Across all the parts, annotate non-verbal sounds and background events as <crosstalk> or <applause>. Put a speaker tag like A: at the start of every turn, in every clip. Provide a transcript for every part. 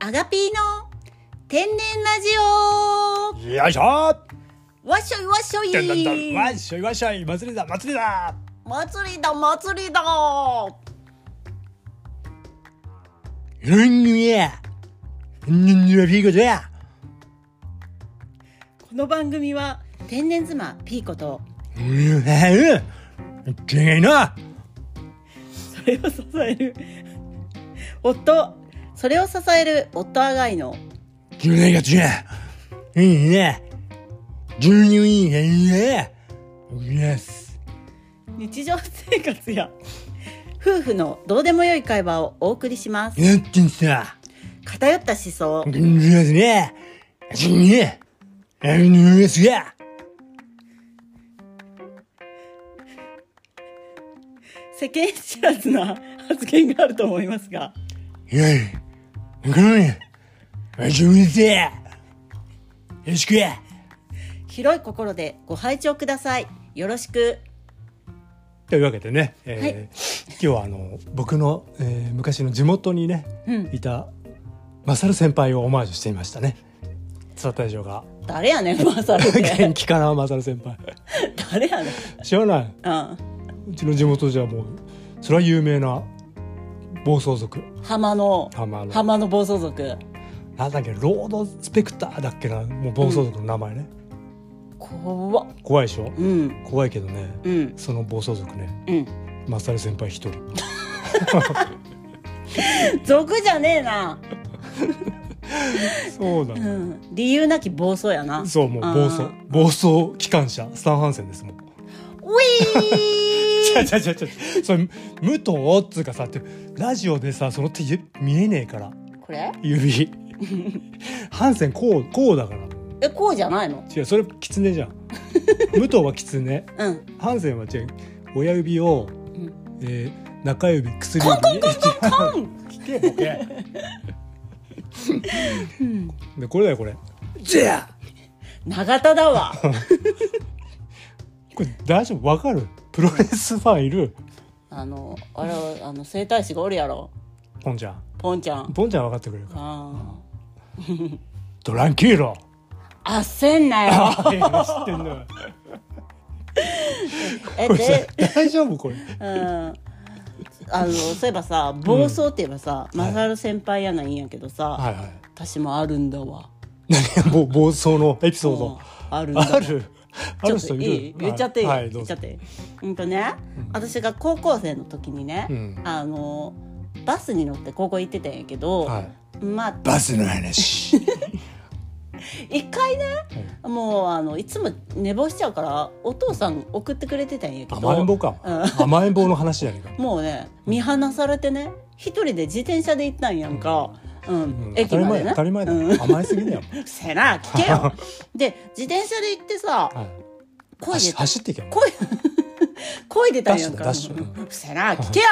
A: アガピーの天然ラジオ
B: よいしょー
A: わっしょいわっしょい
B: だんだんだんわっしょいわっしょい祭りだ祭りだ
A: 祭りだ祭りだ
B: うんぬやうんぬやピーコだ
A: この番組は天然妻ピーコと
B: うんはう違いな
A: それを支える夫それを支える夫あがいの
B: 違いが違ういいね十二いいねいいです
A: 日常生活や夫婦のどうでもよい会話をお送りします
B: やってんさ
A: 偏った思想
B: うんぬやすねしんねうんぬやすや
A: 世間知らずな発言があると思いますが
B: いやいこれわしうるせえよろしくや
A: 広い心でご拝聴くださいよろしく
B: というわけでね、えー
A: はい
B: 今日はあの僕の、えー昔の地元にね、
A: うん
B: いたマサル先輩をオマージュしていましたね津田大
A: <laughs>
B: 将が
A: 誰やねんマサルっ
B: 元
A: て
B: 気かなマサル先輩
A: 誰やねん
B: 知らない
A: うん
B: うちの地元じゃもうそれは有名な暴走族
A: 浜の
B: 浜の
A: 浜の暴走族
B: なんだっけロードスペクターだっけなもう暴走族の名前ね、
A: 怖っ
B: 怖いでしょ
A: うん
B: 怖いけどね
A: うん
B: その暴走族ね
A: うん
B: マサル先
A: <laughs>
B: 輩一人
A: 族じゃねえな
B: そうだ、
A: う
B: ね
A: ん理由なき暴走やな
B: そうもう暴走
A: あー
B: 暴走機関車スタンハンセンですもん
A: ウィ
B: 違う違う違う違うそれ武藤っつうかさってラジオでさその手ゆ見えねえから <laughs>
A: ーこれ
B: 指ハンセンこうこうだから
A: えこうじゃないの
B: 違うそれキツネじゃん武藤はキツネ
A: うん
B: ハンセンは違う親指を、
A: ん
B: えー中指薬指コンコンコン
A: ポン
B: 聞けボケでこれだよこれじゃあ
A: 長田だ
B: <laughs>
A: わ
B: これ大丈夫わかるプロレスファンいる
A: あのあれはあの整体師がおるやろ
B: ポンちゃん
A: ポンちゃん
B: ポンちゃん分かってくれるか
A: あ
B: トランキ <laughs> ーロ
A: あ焦んなよ
B: あ知ってんの
A: え
B: これ
A: で
B: さ大丈夫これ
A: うんあのそういえばさ暴走って言えばさ、
B: は
A: マ
B: い
A: サル先輩やないんやけどさ、
B: はいはい
A: 私もあるんだわ <laughs>
B: 何もう暴走のエピソー
A: うん
B: ド
A: あるんだわ
B: あるあ
A: ちょっと
B: る人いる
A: いい言っちゃっていい、
B: はい、ど
A: 言
B: う
A: っちゃ
B: ぞ
A: っていいうんとね、私が高校生の時にね、
B: うん
A: あのバスに乗って高校行ってたんやけど、
B: はい
A: まあ
B: バスの話
A: 一回ね、もうあのいつも寝坊しちゃうからお父さん送ってくれてたんやけど
B: 甘えん坊か
A: う
B: 甘えん坊の話じゃねえか
A: もうね見放されてね一人で自転車で行ったんやんか、うん
B: うん
A: 駅までね
B: 当たり前だ
A: う
B: よ
A: ん
B: 甘えすぎだよ
A: せな聞け
B: <laughs>
A: よで自転車で行ってさ
B: はい
A: 声 <laughs> で
B: 走走っていけよ
A: こい声出たんやんか
B: ダッシュだダッシュ
A: うっせえな聞けよ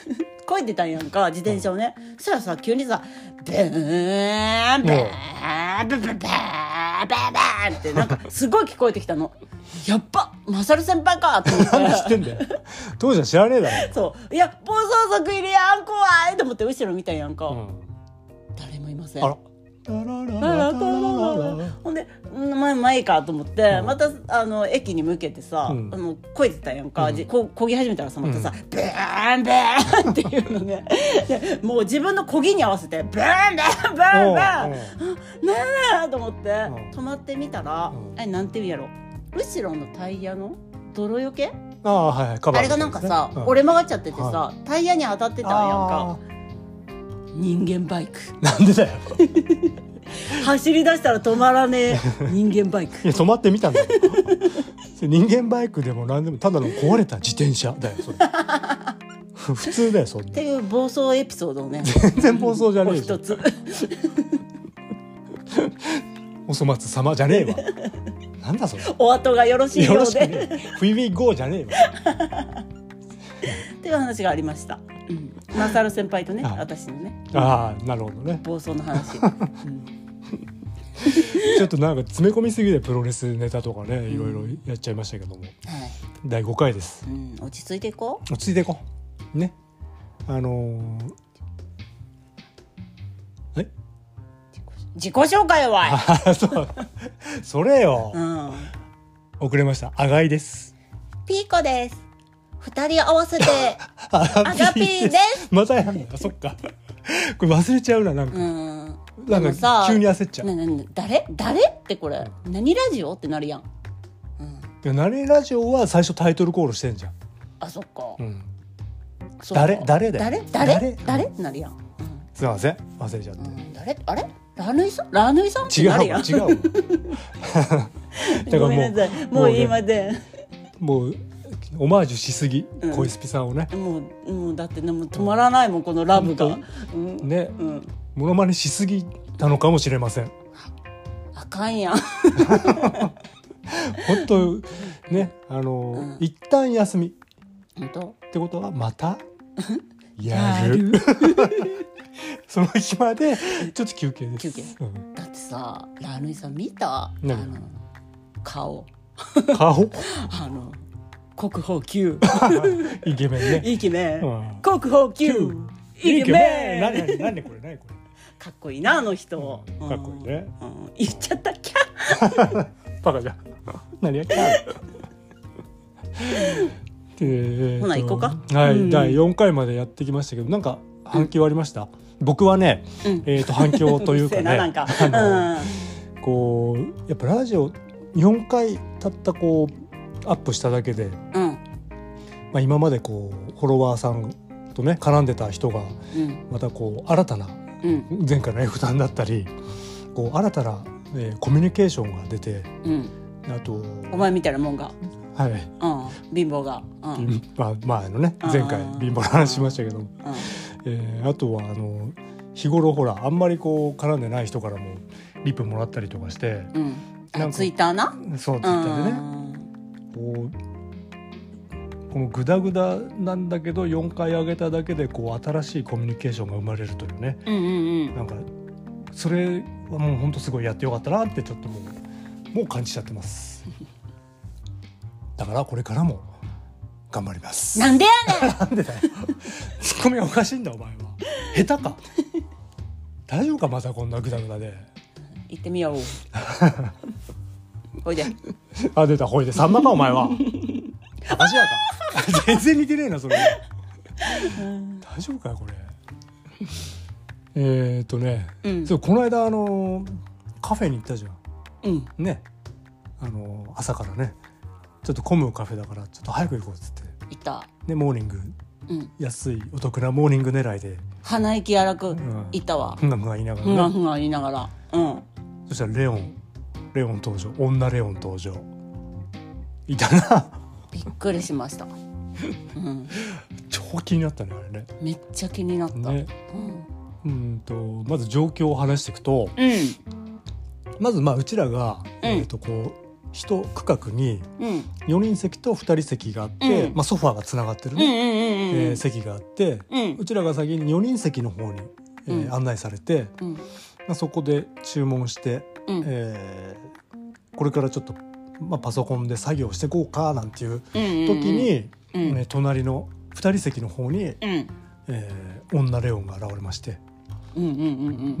A: <laughs> 声出たんやんか自転車をねそしたらさ急にさ「ブーンブーンブーンブーンブーンブーン」ってなんかすごい聞こえてきたの「やっばマサル先輩か!」と思っ
B: なんで知っててんだよ当時は知らねえだろ
A: そう「いや暴走族いるやん怖い!」と思って後ろ見たんやんか、
B: うん
A: 誰もいません
B: あらタララ
A: あ
B: ラ
A: ら
B: タ
A: た
B: ラ
A: らら
B: ラ
A: ら
B: ラ
A: らほんでうんまあまあいいかと思って、
B: ん
A: またあの駅に向けてさ、
B: うん
A: あのこいでたやんか、
B: うん
A: じここぎ始めたらさまたさ、ブーンブーンっていうの
B: <laughs>
A: ねでもう自分のこぎに合わせてブーンブーンブーンブーン
B: おう
A: ねえと思って、
B: ん
A: 止まってみたら、
B: うん
A: えなんて言うやろ後ろのタイヤの泥よけ、
B: ああはいはいカバ
A: あ
B: ー
A: れ
B: み
A: が
B: た
A: な
B: いですね
A: んかさ、
B: うん
A: 折れ曲がっちゃっててさ、
B: は
A: タイヤに当たってたやん
B: あ
A: か人間バイク
B: ーなんでだよ
A: 走り出したら止まら
B: <laughs>
A: ねえ人間バイク
B: いや止まってみたんだよそれ人間バイクでも何でもただの壊れた自転車だよ
A: <laughs>
B: それ普通だよそ
A: っ
B: んな
A: ていう暴走エピソードをね
B: <laughs> 全然暴走じゃ
A: も
B: ね
A: う
B: えじゃ
A: 一
B: ん
A: つ <laughs>
B: お粗末様じゃねえわなんだそれ
A: お後がよろしい
B: よ
A: よう
B: ろしく
A: で
B: ね We will go じゃね
A: っていう話がありました、うん、マサル先輩とね
B: はい
A: 私のね
B: えわああなるほどね
A: 暴走の話、 <laughs>
B: ちょっとなんか詰め込みすぎでプロレスネタとかねいろいろやっちゃいましたけども
A: はい
B: 第5回です
A: うん、落ち着いていこ
B: 落ち着いていこうねあのーえ
A: う自己紹介は
B: あ <laughs> そうそれよ、
A: うん
B: 遅れましたあがいです
A: ピーコです二人合わせて
B: <laughs> あ
A: がぴーです
B: <laughs> またやんのかそっかこれ忘れちゃうななんか、
A: うん
B: な
A: で
B: ん
A: も
B: か
A: さ
B: 急に焦っちゃう、
A: ねねね誰誰ってこれ何ラジオってなるやん
B: でもナレラジオは最初タイトルコールしてんじゃん、
A: あそっか
B: うん、
A: そうか
B: 誰誰だよ
A: 誰誰
B: 誰
A: 誰ってなるやんうん
B: すいません忘れちゃって、
A: うん誰あれラヌイさんラヌイさんって
B: 違う
A: なるや
B: わ
A: ん
B: 違うわだから
A: <laughs> ごめ
B: も
A: んな
B: う
A: さいもう言いません
B: もうオマージュしすぎ、小泉さんをね
A: もうもうだってねもう止まらないもんこのラブが
B: 本
A: うん
B: ね
A: うん
B: モノマネしすぎたのかもしれません
A: あかんやん
B: 本当ねあの、
A: うん
B: 一旦休み
A: 本当
B: ってことは
A: <laughs>
B: またやるその
A: <laughs>
B: 暇でちょっと休憩です
A: 休憩
B: うん
A: だってさラヌイさん見たあ
B: 何
A: の顔
B: 顔 <laughs>
A: あの国宝級
B: イケメンね
A: イケメン、
B: うん
A: 国宝級イケメン
B: 何何何これ何こ
A: かっこいいなあの人、
B: うんかっこいいね
A: うん言っちゃったキャ
B: れバカじゃん <laughs>
A: <laughs>
B: 何やってるでえーと
A: ほな行こうか
B: はい、
A: うん
B: 第4回までやってきましたけどなんか反響ありました、僕はね、
A: うん
B: えー、と反響という
A: <laughs> うるせ
B: か
A: え
B: ね
A: ななんか、
B: <laughs> あのこうやっぱラジオ4回たったこうアップしただけで、
A: うんうん
B: まあ、今までこうフォロワーさんとね絡んでた人が
A: うん
B: またこう新たな
A: うん
B: 前回の F 弾だったりこう新たな、えーコミュニケーションが出て
A: うん
B: あと
A: お前みたいなもんが、
B: はい、
A: うん、貧乏が、うんうん
B: 貧まあ、前のね
A: あー
B: 前回貧乏の話しましたけども、えーあとはあの日頃ほらあんまりこう絡んでない人からもリップもらったりとかして
A: うん
B: な
A: あ
B: んか
A: ツイッターな
B: そうツイッターでね、こうこのグダグダなんだけど4回上げただけでこう新しいコミュニケーションが生まれるというね
A: うんうんうん
B: なんかそれはもう本当すごいやってよかったなってちょっともうもう感じちゃってます <laughs> だからこれからも頑張ります
A: なんでやねん
B: なんでだよツッコミがおかしいんだお前は下手か大丈夫かまたこんなグダグダで
A: 行ってみようおいで
B: あ出たほいでさんまかお前はアジアか全然似てねえなそれ大丈夫かよこれえーっとね、
A: うん
B: そうこの間あのカフェに行ったじゃん
A: うん
B: ねあの朝からねちょっと混むカフェだからちょっと早く行こうっつって
A: いた
B: でモーニング
A: うん
B: 安いお得なモーニング狙いで
A: 鼻息荒く
B: ん
A: いたわ
B: ふんがふんが言いながら
A: ふ
B: ね、
A: んがふんが言いながらうん
B: そしたらレオンレオン登場女レオン登場いたな <laughs>
A: びっくりしましたうん
B: 超気になったねあれね
A: めっちゃ気になった
B: ね
A: うん
B: うんとまず状況を話していくと
A: うん
B: まずまあうちらが、
A: うん
B: えー、とこう一区画に
A: うん
B: 4人席と2人席があって、
A: うん
B: まあ、ソファーがつながってる
A: うんうん
B: ね、
A: うんうん
B: えー席があって、
A: うん
B: <laughs> うちらが先に4人席の方に、えー
A: うん
B: 案内されて、
A: うん
B: まあ、そこで注文して、
A: うん
B: えーこれからちょっと、まあ、パソコンで作業していこうかなんていう
A: うん
B: 時に、
A: うん
B: ね、隣の2人席の方に、
A: うん
B: えー女レオンが現れまして
A: うんうんうん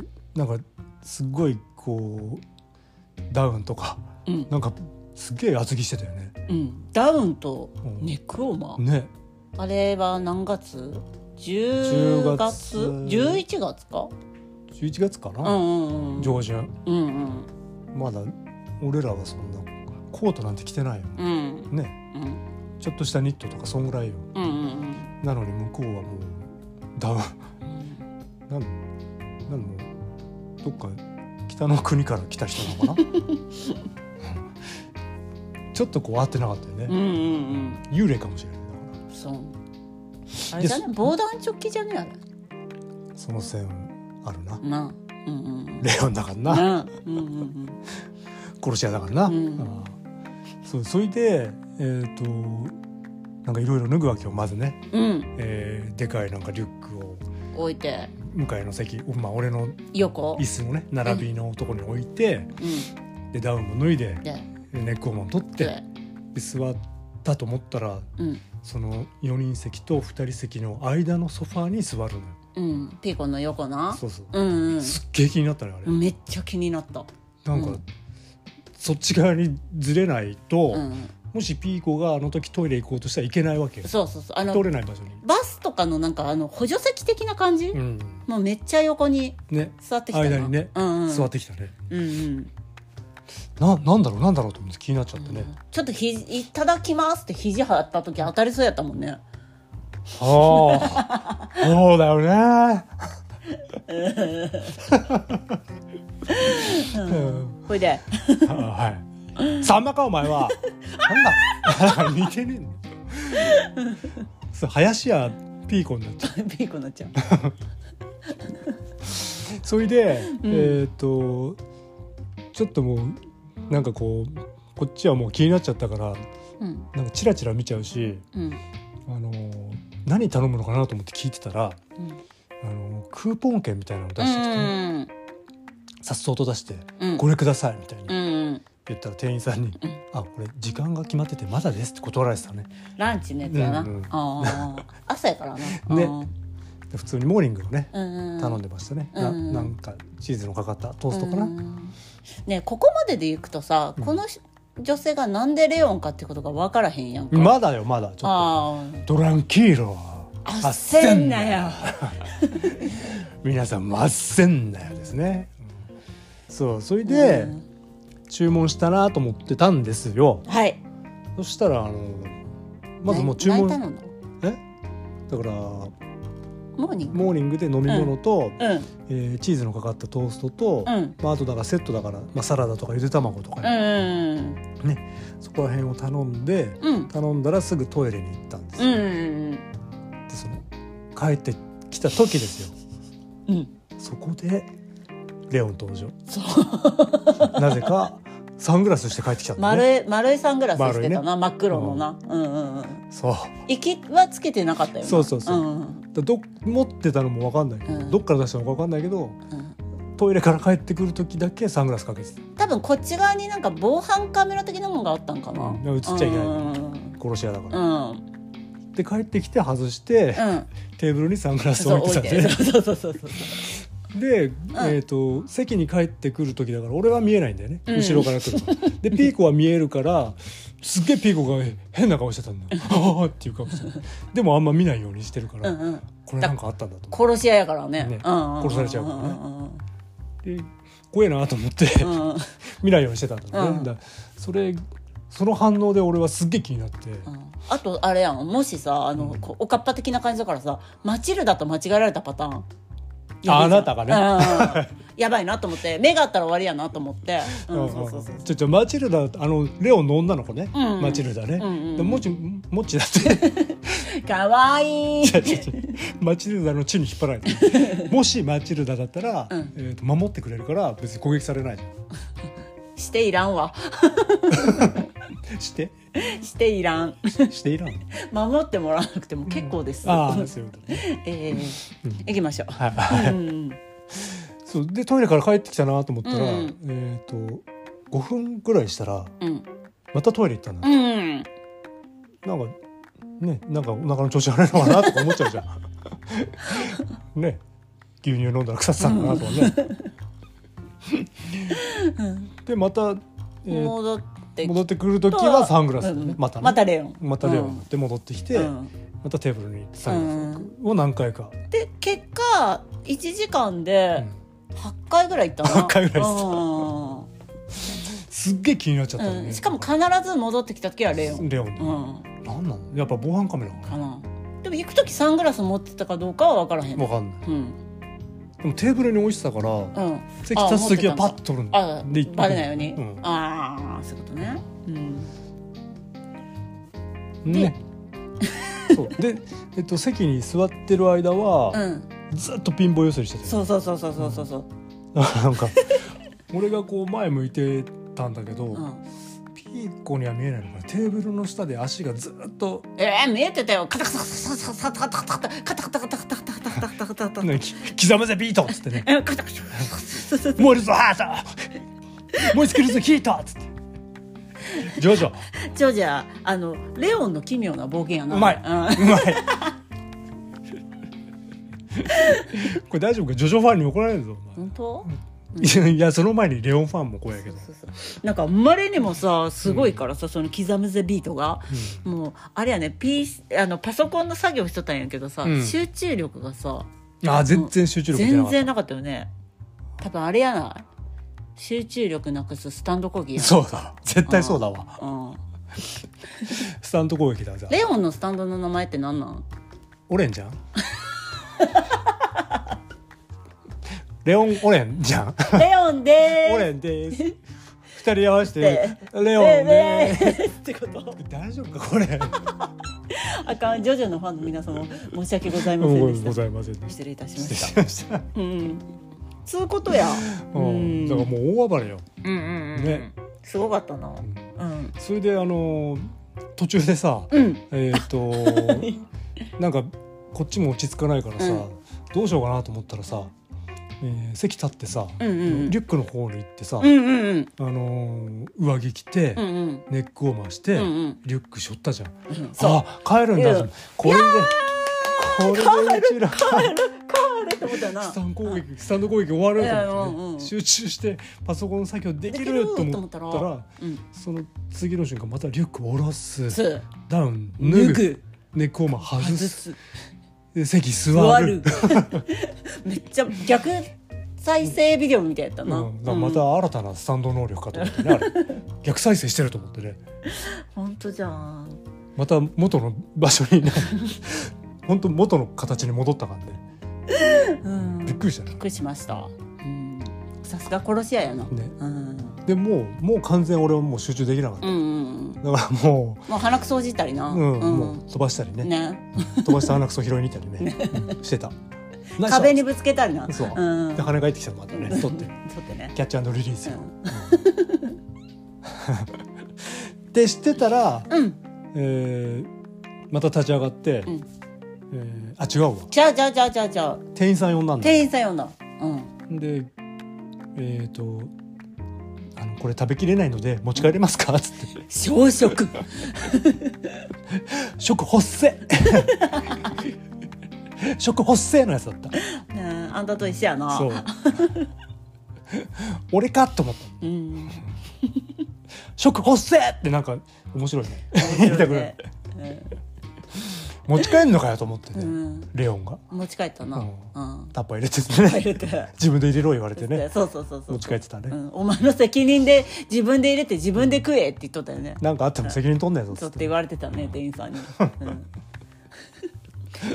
B: でなんかすっごいこうダウンとか
A: うん
B: なんかすっげえ厚着してたよね。
A: うんダウンとネクオーマ
B: ね
A: あれは何月 ?10 月
B: 10
A: ?11 月か
B: 11月か
A: う
B: な、
A: んうんうん
B: 上旬
A: うん
B: まだ俺らはそんなコートなんて着てないよ
A: うんうん
B: ね
A: うん
B: ちょっとしたニットとかそんぐらいよ
A: うんうん
B: なのに向こうはもうダウン <laughs>
A: うん
B: なんなんもうどっか北の国から来た人な <laughs> のかなちょっとこう合ってなかったよね、
A: うんうん
B: 幽霊かもしれないだか
A: うんそうあれじゃね防弾チョッキじゃねあれ
B: らその線あるな、
A: なうんうん
B: レオンだからな、
A: なうんうん
B: 殺し屋だからな、
A: うん
B: ああそうそれでえっ、となんかいろいろ脱ぐわけよまずね、
A: うんうん
B: えーでかいなんかリュックを
A: 置いて
B: 向かいの席、まあ、俺の
A: 横
B: 椅子のね並びのところに置いて、
A: うん
B: でダウンも脱いで
A: で
B: ネックウォーマン取って、
A: で
B: で座ったと思ったら
A: うん
B: その4人席と2人席の間のソファーに座るのよ
A: うんピーコンの横な
B: そうそう、
A: うんうん
B: すっげえ気になったねあれ、
A: めっちゃ気になった
B: なんか、
A: うん
B: そっち側にずれないと、
A: うん
B: もしピーコがあの時トイレ行こうとしたらいけないわけよ
A: そうそうそうあの
B: 通れない場所に、
A: バスとかのなんかあの補助席的な感じ、
B: うん、
A: もうめっちゃ横に
B: ね
A: 座ってきたな
B: 間にね、
A: うんうん、
B: 座ってきたね
A: うんうん
B: ななんだろうなんだろうと思って気になっちゃってね、
A: ちょっとひじ「いただきます」って肘張った時当たりそうやったもんね
B: あ
A: <laughs>
B: あそうだよねうん
A: ほいで
B: あはいさんまかお前はなんだ似てねえんだそう林家ピーコになっちゃう
A: <laughs> ピーコになっちゃう
B: それで、えっ、とちょっともうなんかこうこっちはもう気になっちゃったから
A: うん
B: なんかチラチラ見ちゃうし
A: うん
B: あのー何頼むのかなと思って聞いてたら、
A: うん
B: あのークーポン券みたいなの出
A: う
B: してきて、
A: ん
B: さっそうと出して
A: う
B: 「
A: ん
B: これください」みたい
A: うん
B: に
A: うん
B: 言ったら店員さんに
A: うん
B: 「あこれ時間が決まっててまだです」って断られてたね
A: ランチのやつやな、
B: うんうん
A: あー朝やからな、
B: ねで普通にモーニングをね
A: あーうんうん、
B: 頼んでましたね、な
A: うん
B: なんかチーズのかかったトーストかな、
A: うんねここまででいくとさ、このし女性がなんでレオンかってことが分からへんやんか、
B: まだよまだちょっ
A: あー
B: と「ドランキーロ」
A: あせんなよ
B: 皆さん「まっせんなよ」ですね、うんそうそれで、
A: うん
B: 注文したなと思ってたんですよ
A: はい
B: そしたらあのまずもう注
A: 泣いた
B: 文
A: の
B: えだから
A: モーニング
B: モーニングで飲み物と、
A: うん
B: えーチーズのかかったトーストと、
A: うん
B: まあ、あとだからセットだから、まあ、サラダとかゆで卵とか
A: う
B: ね、
A: ん
B: そこら辺を頼んで
A: うん
B: 頼んだらすぐトイレに行ったんです
A: う
B: よ、
A: ん
B: でその帰ってきた時ですよ
A: うん
B: そこでレオン登場なぜかサングラスして帰ってきたんだね
A: 丸い丸いサングラスしてたな、真っ黒のな、うん、うんうん
B: そう
A: 息はつけてなかったよな
B: そうそうそう
A: うん
B: だど持ってたのも分かんないけど、
A: うん
B: どっから出したのか分かんないけど
A: うん
B: トイレから帰ってくる時だけサングラスかけてた
A: 多分こっち側になんか防犯カメラ的なものがあったんかな、
B: うん映っちゃいけない
A: うん
B: 殺し屋だか
A: う
B: ら、
A: んうん
B: で帰ってきて外して、テーブルにサングラス
A: そう
B: を置い
A: 置
B: てた
A: い
B: ん
A: て
B: で
A: そうそうそうそう
B: で、えー、と席に帰ってくる時だから俺は見えないんだよね、
A: うん
B: 後ろから来るから
A: <laughs>
B: でピーコは見えるからすっげえピーコが変な顔してたんだよ「ああ」っていう顔してたでもあんま見ないようにしてるか
A: う
B: ら、
A: んうん
B: これなんかあったんだと思
A: 殺し屋やからね
B: ね
A: うんうん
B: 殺されちゃうからね
A: ん
B: ってで怖えなと思って、
A: うんうん
B: 見ないようにしてたんだよね、
A: うん
B: だそれその反応で俺はすっげえ気になって、
A: うんあとあれやんもしさあの、こうおかっぱ的な感じだからさマチルダと間違えられたパターン
B: ああなたがね
A: ね、うんやばいなと思っ
B: <laughs>
A: て目があったら終わりやなと思って、うんそうそうそう
B: ちょちょマチルダあのレオンの女の子ね、
A: うんうん
B: マチルダね、
A: うんうんうん
B: でもちもっちだって
A: かわい <laughs> い
B: マチルダの地に引っ張られてもしマチルダだったら、
A: うん
B: えーと守ってくれるから別に攻撃されない
A: していらんわ
B: して
A: していらん
B: し
A: <laughs>
B: ていらん
A: 守ってもらわなくても結構です、
B: ああそういうことね
A: <laughs> えー行きましょう、
B: はい
A: うん
B: そうでトイレから帰ってきたなと思ったら、
A: うんうん
B: えっ、と5分ぐらいしたら
A: うん
B: またトイレ行ったんだ、
A: うん
B: なんかねなんかお腹の調子悪いのかなとか思っちゃうじゃん <laughs> ね牛乳飲んだら腐ってたのかなとかね、でまた、えー
A: 戻って
B: 戻ってくる時はサングラス、
A: うんうん
B: またね
A: またレオン
B: またレオンで戻ってきて、
A: うん
B: またテーブルにサングラスを何回か、
A: で結果1時間で8回ぐらい行ったな、
B: 8回ぐらいです
A: うん
B: すっげえ気になっちゃったのね、
A: うんしかも必ず戻ってきた時はレオン、
B: レオン、
A: う、
B: なんんなのやっぱ防犯カメラか
A: か
B: な
A: なでも行く時サングラス持ってたかどうかは分からへん
B: わかんない
A: うん
B: でもテーブルに置いてたから、
A: うん
B: 席立つ時は
A: あ
B: パ
A: 持
B: ッ
A: って
B: と取るの
A: あ
B: で行って
A: バレないように、
B: うん
A: ああそういうことねうん
B: ね。そうで、えっと、席に座ってる間
A: う
B: は、
A: ん、
B: ずっと貧乏ゆすりしてたよ
A: そうそうそうそうそうそうそう、
B: なんか俺がこう前向いてたんだけど、
A: うん、
B: ピーコには見えないのかなテーブルの下で足がずっと
A: えー、見えてたよカタカタカタカタカタカタカタカタカタカタカタカタカタカタカタカタ
B: 「ねき刻むぜビート!」っつってね
A: えーカタカタ
B: 「燃えるぞハート!」「燃え尽きるぞヒート!」っつって。ジョジョ
A: ジョージアあのレオンの奇妙な冒険やな
B: うまい
A: うん
B: うまいこれ大丈夫かジョジョファンに怒られるぞお
A: 本当
B: 前いやその前にレオンファンもこうやけど
A: そうそうそうなんかあんまりにもさすごいからさ、その刻むぜビートが、もうあれやねピースあのパソコンの作業しとったんやけどさ、
B: うん
A: 集中力がさ
B: あー全然集中力いけな
A: 全
B: かっ
A: 然なかったよね多分あれやない集中力なくすスタンド攻撃や
B: た
A: な
B: そうだ絶対そうだわ
A: うん
B: スタント攻撃だじゃあ
A: レオンのスタンドの名前って何
B: <laughs>
A: なん
B: オレンじゃんレオンオレンじゃん
A: レオンでーす
B: オレンです二人合わせてレオ
A: で
B: ンで
A: ーすってこと
B: す大丈夫かこれ
A: あかんジョジョのファンの皆様申し訳ございませんで
B: ご
A: した
B: ざいませんでし
A: 失礼いたしました
B: たしました
A: うんつうことやう
B: うん
A: ん
B: だからもう大暴れよ
A: うんうんうん
B: ね
A: すごかったなうん
B: それであの途中でさ
A: うん
B: えっと
A: <laughs>
B: なんかこっちも落ち着かないからさ
A: うん
B: どうしようかなと思ったらさえー席立ってさ
A: うんう
B: リ
A: ん
B: ュックの方に行ってさ
A: うんうんうん
B: あのー上着着て、
A: うんうん
B: ネックを回して、
A: うんうん
B: リュックしょったじゃん。
A: うんそう
B: あ帰るんだ
A: うん
B: これでこれでうちら
A: あれって思ったよな
B: スタンド攻撃スタンド攻撃終わると思って、
A: う
B: ね
A: んうんうん
B: 集中してパソコンの作業でき
A: でき
B: る
A: る
B: と思っ
A: と
B: たら
A: 思ったらうん
B: その次の瞬間またリュックを下ろす
A: つ
B: ダウン脱ぐ
A: 脱ぐ
B: ネックをま外
A: 外
B: す
A: す
B: で席座
A: 座
B: る
A: るめっちゃ逆再生ビデオみたいやったな、
B: うん、だからまた新たなスタンド能力かと思ってね、あ
A: <laughs>
B: れ逆再生してると思ってね
A: 本当じゃん
B: また元の場所にね <laughs> 本当元の形に戻ったからね
A: うんび
B: びっ
A: っ
B: くりしたね
A: くりしましたうんさすが殺し屋やな、
B: ね
A: うん、
B: でもうもう完全俺はもう集中できなかっ
A: う
B: た、
A: んうんうん
B: だからも
A: もう鼻くそほじったりな
B: う、うんもう飛ばしたりね
A: ね
B: 飛ばした穴くそ拾いに行ったりねうんしてたナイスショット
A: <laughs> 壁にぶつけたりな
B: そう、
A: うん
B: で跳ね返ってきたのまたね取って
A: ちょっとね
B: キャッチリリースよ、
A: う
B: <laughs> でしてたら、
A: うん
B: えーまた立ち上がって、
A: うん
B: えーあ違うわ
A: じゃあじゃあじゃあじゃあじゃあ
B: 店員さん呼んだんだ
A: 店員さん呼んだうん
B: でえっ、とあの「これ食べきれないので持ち帰れますか?」っ
A: <laughs>
B: つって
A: 小食
B: 「食ほ
A: <laughs>
B: っせ! 」食ほっせのやつだった
A: ねあんたと一緒やな
B: そう俺かと思った
A: うん
B: 「食ほっせ!」ってなんか面白いね言いたくなる持ち帰んのかよと思ってね、
A: うん
B: レオンが
A: 持ち帰ったな
B: う
A: うんん
B: タッパー入れて
A: 入
B: て
A: れ
B: ね
A: て
B: 自分で入れろ言われてね
A: そうそうそうそう
B: 持ち帰ってたね、
A: うん、お前の責任で自分で入れて自分で食えって言っとったよね、
B: なんかあっても責任取んないぞっ
A: そうっ
B: つっ
A: てて言われてたね店員さんに。
B: <laughs>
A: うん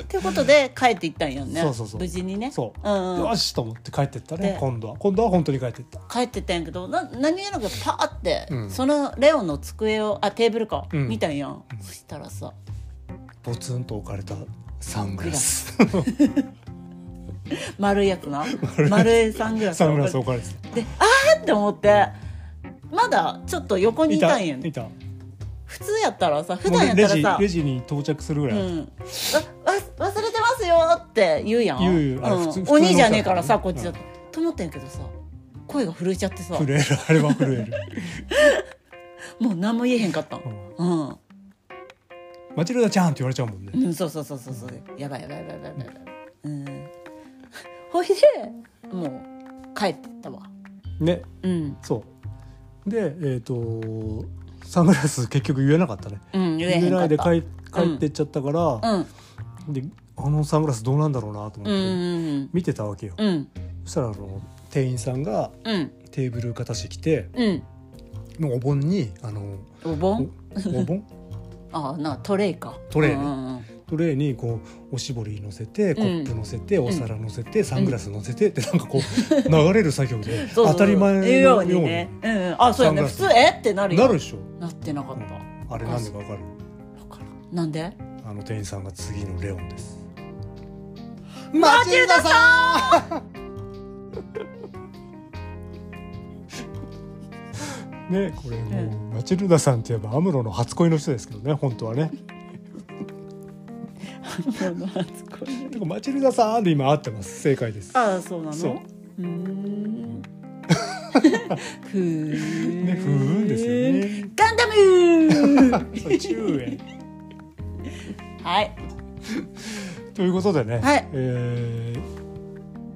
A: ということで帰っていったんやんね
B: そうそうそう
A: 無事にね
B: そう、
A: んうん
B: よしと思って帰ってったね
A: で
B: 今度は今度は本当に帰ってった
A: 帰ってったんやけどな何気なくパーって、
B: うん
A: そのレオンの机をあテーブルか、
B: うん
A: 見たんやん、そしたらさ
B: ポツンと置かれたサングラス
A: 丸いやつ
B: <laughs>
A: な丸いサングラス
B: サングラス
A: で
B: 置かれて
A: あーって思ってまだちょっと横にいた
B: た
A: んやん
B: いた
A: 普通やったらさ普
B: も
A: 段
B: う
A: やった
B: レ
A: ら
B: ジ
A: さ
B: レジに到着するぐら
A: う
B: い、
A: ん、わわ忘れてますよって言うやん
B: 言う言うあれ普通
A: ん
B: 普通の
A: 鬼じゃねえからさこ
B: お
A: っ
B: 茶
A: ちだと、と思ったんやけどさ声が震えちゃってさ
B: 震えるあれは震える、
A: もう何も言えへんかったん
B: うん
A: うん、
B: マチルダちゃんって言われちゃうもんね
A: うん、そうそうそうそうそうやばいやばいやばいやばいやばいうんほいでもう帰ってったわ
B: ね
A: うん
B: そうでえっ、とサングラス結局言えなかったね
A: うん言え
B: 言
A: へ
B: え
A: ん
B: な
A: か
B: い
A: った
B: で帰帰ってっちゃったから、
A: うん
B: であのサングラスどうなんだろうなと思って、
A: うんうん
B: 見てたわけよ、
A: うんうん
B: そしたらあの店員さんが
A: うん
B: テーブル片してきて
A: うん
B: お盆にあの
A: お盆
B: お盆
A: あなトレイか
B: トレイね
A: うんうんうん
B: トレーにこうおしぼり乗せてコップ乗せて、お皿乗せてサングラス乗せてってなんかこう
A: <laughs>
B: 流れる作業で
A: そうそうそう
B: 当たり前の
A: 言うよ
B: よ
A: う
B: う
A: に
B: に
A: ねうんうんあそうやね
B: サングラ
A: 普
B: ス
A: 通えってなるよ
B: なるでしょ
A: なってなかった、
B: あれなんでかわかる
A: なんで
B: あの店員さんが次のレオンです
A: マチルダさ
B: <laughs> ねこれもう、マチルダさんっていえばアムロの初恋の人ですけどね本当はねてかマチルダさんで今合ってます正解です
A: ああそうなの
B: そう
A: うーんふーん
B: ねふーんですよね
A: ガンダム
B: 宇宙へ
A: はい
B: ということでね、
A: はい
B: えー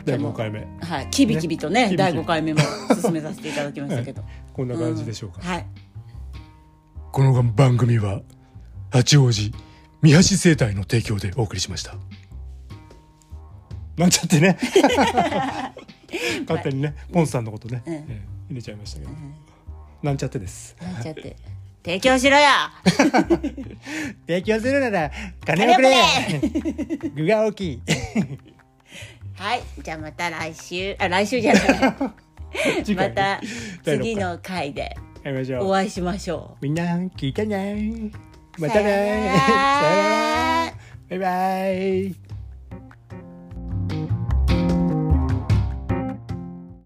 B: 第5回目
A: はい、キビキビとね
B: ね
A: 第5回目も進めさせていただきました
B: <laughs>
A: けど、
B: こんな感じでしょうか、
A: はい
B: この番組は八王子三橋生態の提供でお送りしましたなんちゃって <laughs> ね勝手にねポンさんのことね、
A: うん
B: えー入れちゃいましたけど、なんちゃってです
A: なんちゃって提供しろよ
B: 提供するなら金
A: をくれ
B: <laughs> 具が大きい
A: はいじゃあまた来週あ来週じゃない
B: <laughs> 次
A: ま
B: 回ね
A: た
B: 第六
A: 次
B: 回
A: の回で
B: やりましょう
A: お会いしましょ
B: みんな聞いてね
A: う
B: またね
A: さよなら
B: バイバイ